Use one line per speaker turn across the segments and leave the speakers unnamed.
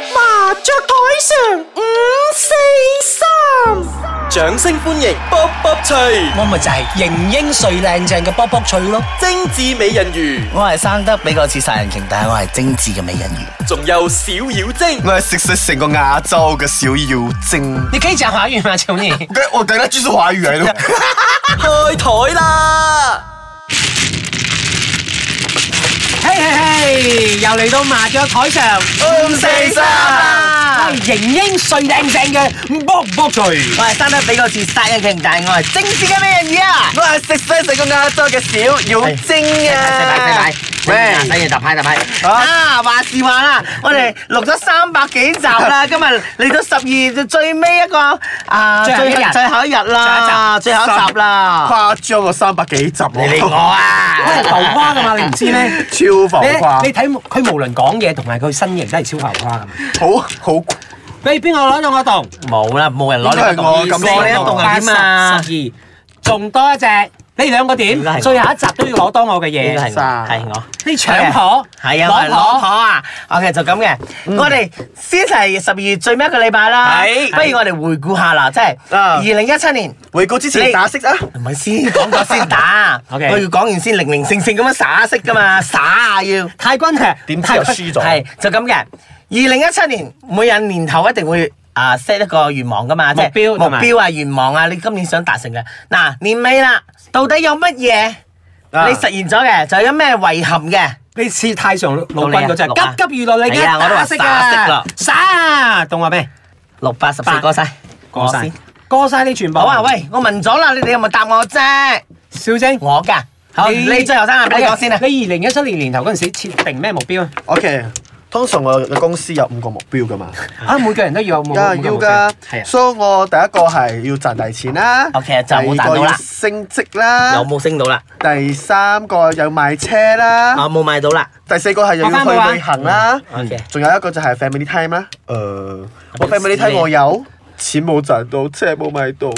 雀台上五四三，掌聲歡迎卜卜脆，
我咪就係型英帥靚正嘅卜卜脆咯，
精緻美人魚，
我係生得比較似殺人鯨，但係我係精緻嘅美人魚。
仲有小妖精，
我係食食成個亞洲嘅小妖精。
你可以講華語嗎，求你？
我等我等下繼續華語嚟咯。
開台啦！
嘿嘿嘿，又嚟到麻雀台上
五四三啊
我係型英帥靚正嘅卜卜脆，我係生得比較似殺人鯨，但係我係精緻嘅美人魚啊！
我係食食成個亞洲嘅小妖精啊！
喂，
喂，
要打牌打牌啊！話是話啦，我哋錄咗三百幾集啦，今日嚟到十二最尾一個啊，
最後一日
最後一日啦，最後一集啦。
誇張啊，三百幾集
你理我
喎，
啊！
佢係浮誇噶嘛，你唔知咩？
超浮誇
你你睇佢無論講嘢同埋佢身形都係超浮誇噶嘛。
好好
你邊個攞到我棟？
冇啦，冇人攞
應
你
該係
個動，
我咁
攞你一棟係點啊？
十二，仲多一隻。你兩個點
應該係我？
最後一集都要攞多我嘅
應該
嘢。
係我，係我。
你搶婆？
係啊，我係攞婆啊！OK，就咁嘅。
嗯
我哋先係十二月最尾一個禮拜啦。
係
不如我哋回顧下啦，即係
啊
二零一七年。
回顧之前
你
打色啊！
唔係先講咗先打，我
OK
要講完先零零星星咁樣耍色噶嘛，耍啊要。
太君嘅
點知又輸咗
係就咁嘅。二零一七年每人年頭一定會啊 set 一個願望噶嘛，即係
目標同
目
埋
標啊、願望啊，你今年想達成嘅。嗱，年尾啦，到底有乜嘢
啊
你實現咗嘅？就有咩遺憾嘅？
你似太上老君嗰
到你啊
隻，急急遇到你
係啊
嘅
我都話
打色
打色啦
啊！耍啊！動畫咩？
六百十四
八
過晒，
過
我
晒
先。，
過晒你全部。
好啊，，喂，我問咗啦，你哋有冇答我啫？
小晶，
我㗎。好，你最後生啊，你講先啊。
你二零一七年年頭嗰陣時設定咩目標啊？
OK，通常我嘅公司有五個目標噶嘛，
啊，每個人都要有目
梗係要噶
係，啊，
所以我第一個係要賺大錢啦
OK，
第
就冇
二
賺
個
到
要
啦
升職啦
有，冇升到啦？
第三個有買車啦，
我冇買到啦。
第四個係又
我翻
要
到啊
去旅行啦，
嗯，OK
仲有一個就係 family time 啦。誒，呃我
有冇
family
試
time
呢
我有，錢冇賺到，車冇買到，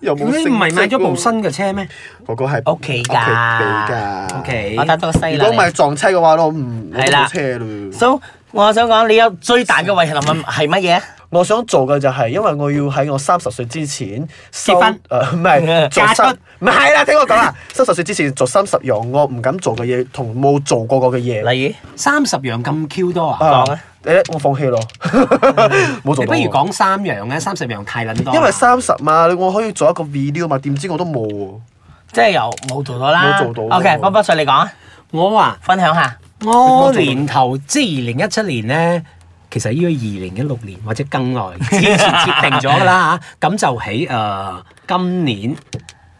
又冇
咁
升
你唔係買咗部
職喎，
新嘅車咩
嗰個係
屋企㗎
屋俾㗎。
？OK，
我打到個西
如果唔係
啦。
撞車嘅話，我唔我
係啦
冇車嘞。
So，我想講你有最大嘅遺憾係乜嘢？
我想做嘅就係，因為我要喺我三十歲之前收
結婚
誒唔係 做
嫁出
三唔係啦，聽我講啦，三十歲之前做三十樣我唔敢做嘅嘢，同冇做過嘅嘢。
例如
三十樣咁 Q 多啊？嗯
啊
講啊
誒，我放棄咯， 冇做
你
到。
不如，講三樣咧，三十樣太撚多啦。啊
因為三十嘛，我可以做一個 video 嘛，點知我都冇喎。
即係又冇做到啦。
冇做到
OK，波波翠你講啊，
我話
分享下。
我年頭即係二零一七年咧，其實呢個二零一六年或者更耐之前設定咗㗎啦嚇，咁就喺誒、呃今年。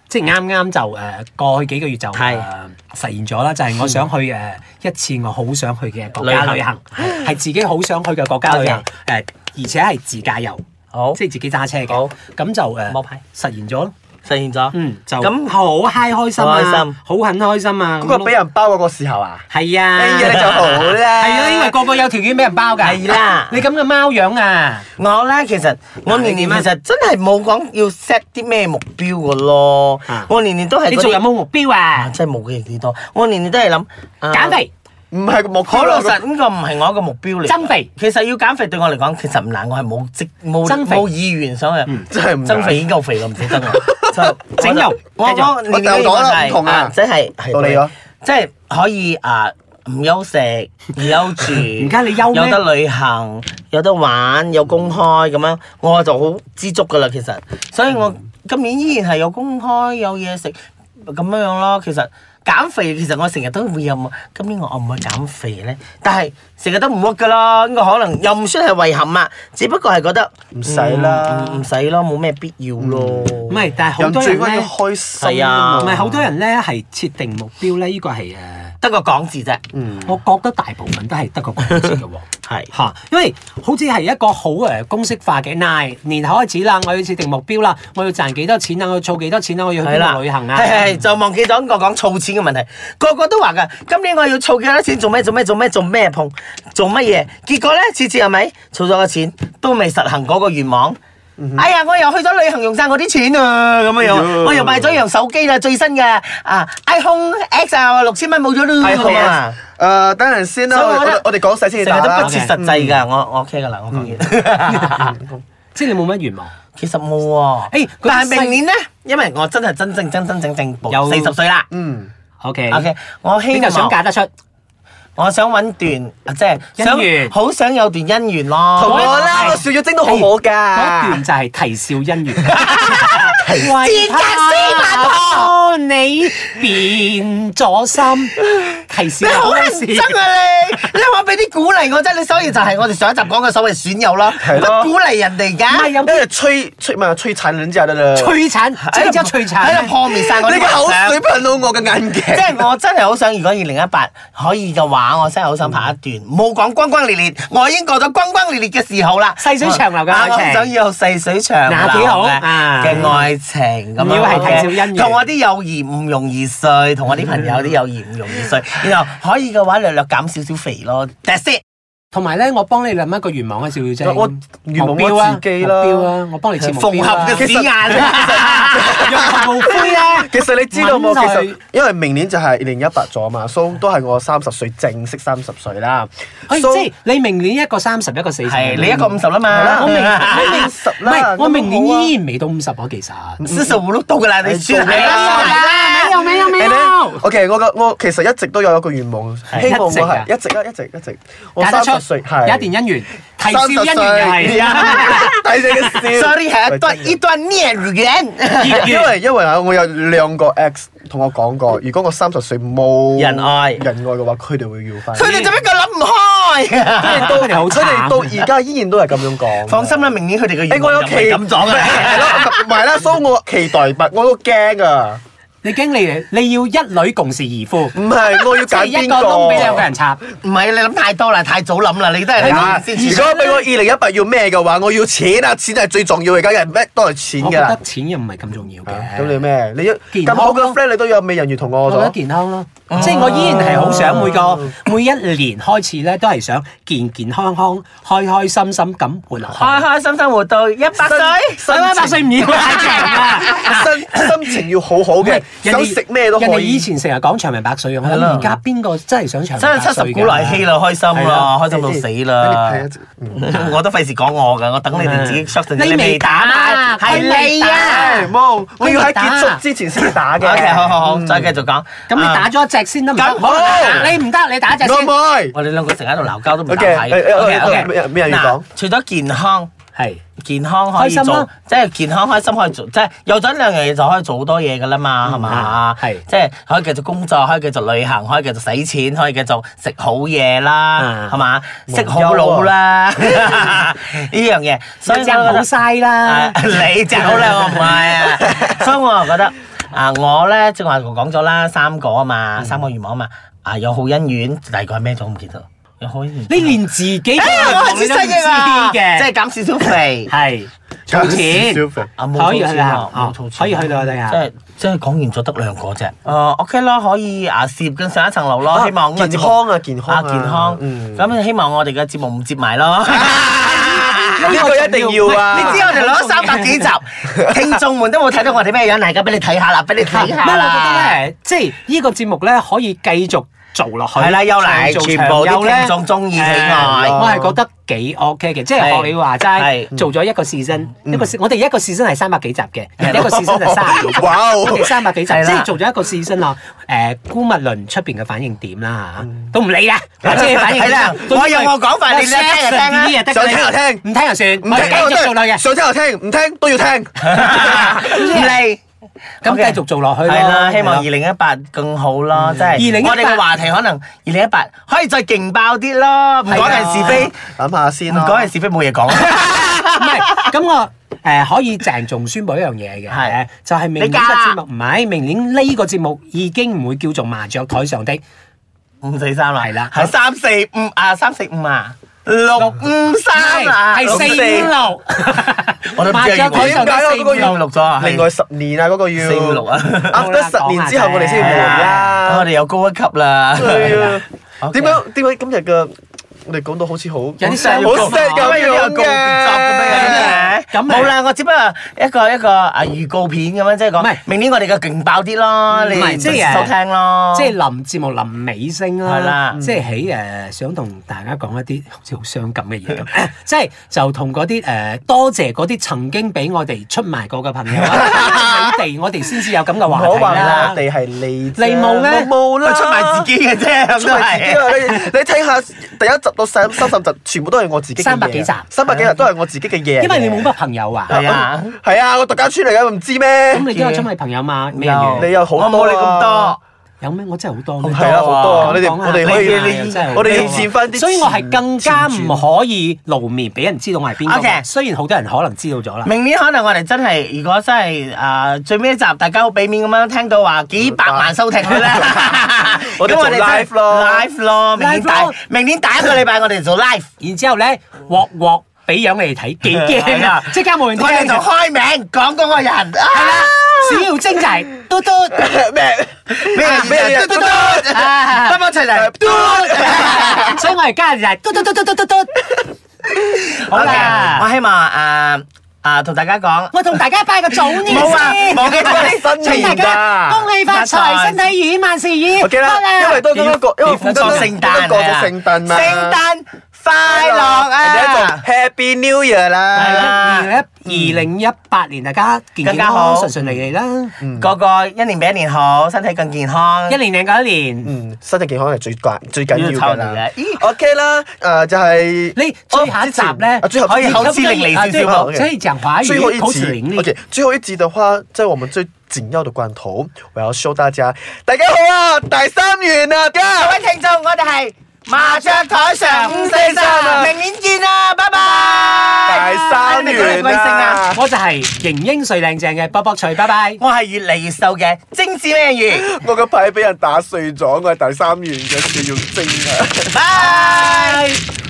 即係啱啱就誒、呃、過去幾個月就誒、呃、實現咗啦，就係、我想去誒、呃一次我好想去嘅國家
旅
旅
行
行，係自己好想去嘅國家旅行誒
OK
而且係自駕遊，
好，
即係自己揸車
好
嘅，咁就誒、呃
摸牌
實現咗咯。
實現咗。
嗯，就
咁
好嗨開心
好開心
啊，好很開心啊！
嗰個俾人包嗰個時候啊，
係啊，
哎呀你就好啦。
係啊，因為個個有條件俾人包㗎。
係啦
你咁嘅貓樣啊，
我咧其實我年年
你點啊
其實真係冇講要 set 啲咩目標嘅咯
啊。
我年年都係
你
嗰啲
仲有冇目標啊？
真係冇嘅幾多。我年年都係諗啊
減肥，
唔係目標
好老實，
啦
呢個唔係我一個目標嚟。
增肥，
其實要減肥對我嚟講其實唔難，我係冇積冇
增肥
冇意願想去。
嗯真係唔
增肥已
難
經夠肥啦，唔使增 啦。就
整容
我
繼續
我年年都
我就講啦
係
唔同啊
即係係
到你咯
即係可以啊。唔休息，唔休住。
而家你休咩
有得旅行，有得玩，有公開咁樣，我就好知足噶啦。其實，所以我今年依然係有公開，有嘢食咁樣樣咯。其實減肥其實我成日都會有問，今年我可唔可以減肥咧？但係成日都唔 work 噶啦，呢個可能又唔算係遺憾啊，只不過係覺得
唔使啦
唔唔使咯，冇咩必要咯。
嗯唔係，但係好
人
多
最
人
緊要
咧，
開心
係啊
唔係好多人咧係設定目標咧，呢個係誒，
得個講字啫，
嗯
我覺得大部分都係得個講字嘅 喎。
係
嚇，因為好似係一個好誒公式化嘅，嗱，年頭開始啦，我要設定目標啦，我要賺幾多錢啊，我要儲幾多錢啊，我要去
係
邊
啦，
度旅行啊，
係係就忘記咗我講儲錢嘅問題，個個都話㗎，今年我要儲幾多錢做咩做咩做咩做咩碰做乜嘢？結果咧次次係咪儲咗個錢都未實行嗰個願望，哎呀，我又去咗旅行用晒我啲錢啊，咁樣樣，
嗯哎呀
我又買咗樣手機啦，最新嘅啊 iPhone X 啊，六千蚊冇咗啦，咁樣啊，
誒，呃等陣先啦，
所以
我
我覺
哋
得
我哋講細
成
先
日
至打
都
啦嗯
不。切實際㗎，我我 OK 㗎啦，我講完。
即係你冇乜願望。
其實冇 喎，
哎
誒嗰啲
但係
細
明年咧，因為我真係真正真真正正
有
四十歲啦。
嗯，
O K。
OK，我希
你就
望
想嫁得出。
我想揾段啊即係
姻緣
想好想有段姻緣咯。
同我啦，
係
我邵玉晶都好好
嗰
㗎
段。就係啼笑姻 緣，
賤格斯文
婆，你變咗心，啼笑
你好
好
人
事。
憎啊你！你可唔可以俾啲鼓勵我啫？你所以就係我哋上一集講嘅所謂損友啦，
係咯
乜鼓勵人哋
唔係
㗎？
有
因為吹吹嘛摧殘人家的啦。
摧殘，
哎
即
啊
係一摧
喺度
殘。
破滅晒我
你
啲
嘅
幻
口
想
水噴到我嘅眼鏡。
即係我真係好想，如果二零一八可以嘅話，我真係好想拍一
嗯
段，冇講轟轟烈烈，我已經過咗轟轟烈烈嘅時候啦。
細水長流嘅
啊
愛情
我想要細水長流
嗱幾好
嘅
啊
嘅愛情咁
唔要
樣
係啼笑
嘅
姻緣
同我啲友誼唔容易碎，同我啲朋友啲友誼唔容易碎。
嗯
然後可以嘅話，略略減少少肥咯。That's it。
同埋咧，我幫你諗一個願望啊，邵小姐。
我願望
目標啊
我自己啦
目標啊，我幫你設目標
縫
啊
合嘅指眼
用頭無灰啊！
其實你知道冇？
敏鋭
其實因為明年就係二零一八咗嘛，所以都係我三十歲正式三十歲啦。
哎，即
So，
係你明年一個三十，一個四十。
係你一
嗯
個五十啦嘛，
我 明
你明十
唔
啦咁都好啊
係，我明年依然未到五十我其實。
四十五六到㗎啦，你算
哎
係啦。
啦，沒有沒有沒
And then，OK，我個我其實一直都有一個願望，希望我係一直啊，一直一直，我
嫁得
三
出
十歲係
有一段姻緣，啼笑
三十
姻緣又
歲
係啊，
睇你嘅笑。
Sorry，係一段一段孽緣，
因為因為啊，我有兩個 ex 同我講過，如果我三十歲冇
人愛
人愛嘅話，佢哋會要翻。
佢哋做咩咁諗唔開？
佢哋都佢哋好
佢哋到
慘。
而家依然都係咁樣講。
放心啦，明年佢哋嘅
誒，
願
我
望
有
就
期
唔係咁講
係
嘅。
咯，唔係啦，所以我期待物我都驚啊！
你經理，你要一女共侍而夫，
唔係，我要
即係
揀
一
邊
個
個？
窿俾兩個人插。
唔係你諗太多啦，太早諗啦，你都係睇
啊
完先
如
知。
果俾我二零一八要咩嘅話，我要錢啊！錢係最重要，而家人咩都係錢
我
㗎
覺
啦啊
得。錢又唔係咁重要嘅。
咁你咩？你一
健
咁
康
好嘅 friend，你都有美人魚同我
我覺得
咗。
健康咯，即係我依然係好想每個每一年開始咧，都係想健健康康、開開心心咁活落去。
開開心心活到一百歲，
身
八百歲唔要太長啦。
心心情要好好嘅，
人
想
哋
食咩都
人哋
可以
以。前成日講長命百歲嘅，我
係
諗
啦
而家邊個真係想長命
真係
百歲
七十古來稀啦，開心啦，開心到死啦！ 我都費事講我㗎，我等你哋自己 shut 陣
你未打啊
係你啊
你
誒哎冇，我要
佢哋
喺結
打
束之前先打 嘅。嗯
！OK，好好
Ừ.
好，再繼續講。
咁你打咗一隻先得唔得？
咁
唔好你唔得，你打一隻
我
先。
妹。
我哋兩個成日喺度鬧交都唔
OK，
打牌。
誒誒
OK，OK
咩咩人要
嗱
講
除咗健康。
係
健康可以
開心
做
啦，
即係健康開心可以做，即係有咗兩樣嘢就可以做好多嘢噶啦嘛，係嘛？
係
即係可以繼續工作，可以繼續旅行，可以繼續使錢，可以繼續食好嘢啦，
嗯
係嘛？食好腦 啦，呢樣嘢，所
所
以我
以好
覺得
嘥啦
啊。你隻好啦，我唔 係啊，所以我又覺得啊，我咧正話我講咗啦，三個啊嘛，三個願望啊嘛，啊有好姻緣，第二個係咩咗唔記得，有好姻緣。
你連自己嘅
哎呀我
願
開
望
始
你都唔
失
知
憶啊，即係
嘅，
減少少肥。
係儲錢
少少
啊，冇
可以
儲
去
錢啊
啦，，
冇
哦
儲錢
可以去到我哋
即
啊。
係即係講完咗得兩個啫。誒、OK 啦，可以啊，涉緊上一層樓咯，
啊
希望我嘅節目
健康啊健康啊
健康。
嗯
咁希望我哋嘅節目唔接埋咯。
呢個一定要 啊！
你知我哋 攞咗三百幾集，聽眾們都冇睇到我哋咩樣嚟㗎，俾你睇下啦，俾你睇 下
咩？我覺得
啦。
咧，即係呢個節目咧，可以繼續做落去。
係啦優
長
麗
做
全部啲
長有咧
聽眾鍾意喜愛
誒我係覺得幾 OK 嘅，即係
係
學你話齋，
係
做咗一個 season，一個 se- 我哋一個 season 係三百幾集嘅，人哋一個 season 就三 十幾集。
哇哦
我哋三百幾集，
係啦
即係做咗一個 season 咯。誒，姑勿論出邊嘅反應點啦嚇，都唔理啦，或者你反應點
係啦
都因為
我有我講法你聽就聽啦
section 啲嘢得㗎
想聽就
唔
聽
聽就算，
唔
我哋繼續做落啊去
聽，。想聽就聽，唔聽都要聽。
唔理。
咁
OK
繼續做落去咯
係啦，希望
係
二
咯
零一八更好咯，即係
2018
我哋嘅話題可能二零一八可以再勁爆啲咯，唔講係是非，
諗下先
唔
啦。
講係是非冇嘢 講。
唔係，咁我誒可以鄭重宣佈一樣嘢嘅，
係
誒就係明年
你
個
嫁啦
節目，唔係明年呢個節目已經唔會叫做麻雀台上的，
五四三啦，
係啦
係三四五啊，三四五啊，六五三啊，
係係四五
六
六，
我都唔
麻
知啊
雀台上
點
的
解啊
四
嗰
五
個要
六。
六咗啊，
另外十年啊，嗰個要
四五六啊
after 十年之後，我哋先
係
換
啊，我
啦。
哋又高一級啦。
對啊，
OK
點樣點解今日嘅我哋講到好似好有
啲細
好
個
sad
咁
咁
樣
樣嘅。
嘅，
咁咪
冇啦，我只不過一個一個啊預告片咁樣，即係
唔係
講明年我哋嘅勁爆啲咯，你
唔係
哋
即
準
係
時收聽咯，
即係臨節目臨尾聲
係
啦
啦，
即係喺誒想同大家講一啲好似好傷感嘅嘢咁， 即係就同嗰啲誒多謝嗰啲曾經俾我哋出賣過嘅朋 友啊，你哋我哋先至有咁嘅
唔
話
好
題
話
啦
我。哋係利
利冇
冇
咧
冇啦，
佢出賣自己嘅啫，咁
出
都
賣自己
係。
啊！你你睇下第一集到三三十集，全部都係我自己嘅嘢
三百幾集
三百幾集都係我自己嘅嘢。
因為你冇乜朋友啊，
係啊，
係啊，我獨家村嚟嘅，唔知
咁
咩？
你都有出賣朋友嘛？美人魚
你有好多啊
我冇你咁多，
有咩？我真係好多咩
係啊，好多啊！
咁
你哋
講啊
我哋可以
你你你真係好多啊
我哋要佔翻啲。
所以我係更加唔可以露面俾人知道我係邊個嘅。
OK
雖然好多人可能知道咗啦，
明年可能我哋真係，如果真係啊最尾一集，大家好俾面咁樣聽到話幾百萬收聽率咧，
我哋
咁
做
真係
live 咯
，live 咯，明年
live
大
咯
明年第一個禮拜我哋做 live，
然之後咧，鑊鑊俾樣你哋 睇，幾驚
係
啊
啊！
即刻冇人聽
我哋就
嘅。
開名講嗰個人，係
係啦， 小妖精就係嘟嘟，
咩咩咩
咩
嘟嘟
啊，不不齊齊，嘟
所以我而家就係嘟嘟嘟嘟嘟嘟嘟。好
好啦，我
啦，
希望啊啊同大家講，
我同大家拜個早年先。
冇啊，冇 嘅，
新
祝大
年
家
㗎
恭喜發財，身體如意，萬事如意。
？OK 啦
好，啦
因為都啱啱過，因為
過聖誕，
過咗聖誕嘛。
聖誕快樂
人哋喺
啊
度！Happy New Year
係
啦！
啦，二零二零一八年大家健健
更加
康康、
好
順順利利啦，
Ừ.
個個一年比一年好，身體更健康。
一年靚過一年。
嗯，身體健康係最關最緊要㗎啦
要湊你啦。
OK 啦，誒就係哦
你最後一集咧
啊，最後
可以
一集
口齒伶
啊 à,
俐少少
所以講華
最后一
語口齒伶
集
俐
，OK，。最后一集的话，在我们最紧要的关头，我要 show 大家，大家好啊，大三元啊，家
各位聽眾，我哋係麻雀台上五四三，啊明年見啦，拜拜。
大三元啊，
我就係型英帥靚正嘅卜卜脆，拜拜。
我係越嚟越瘦嘅精緻咩魚，
我個牌俾人打碎咗，我係大三元嘅，要要精啊！
拜。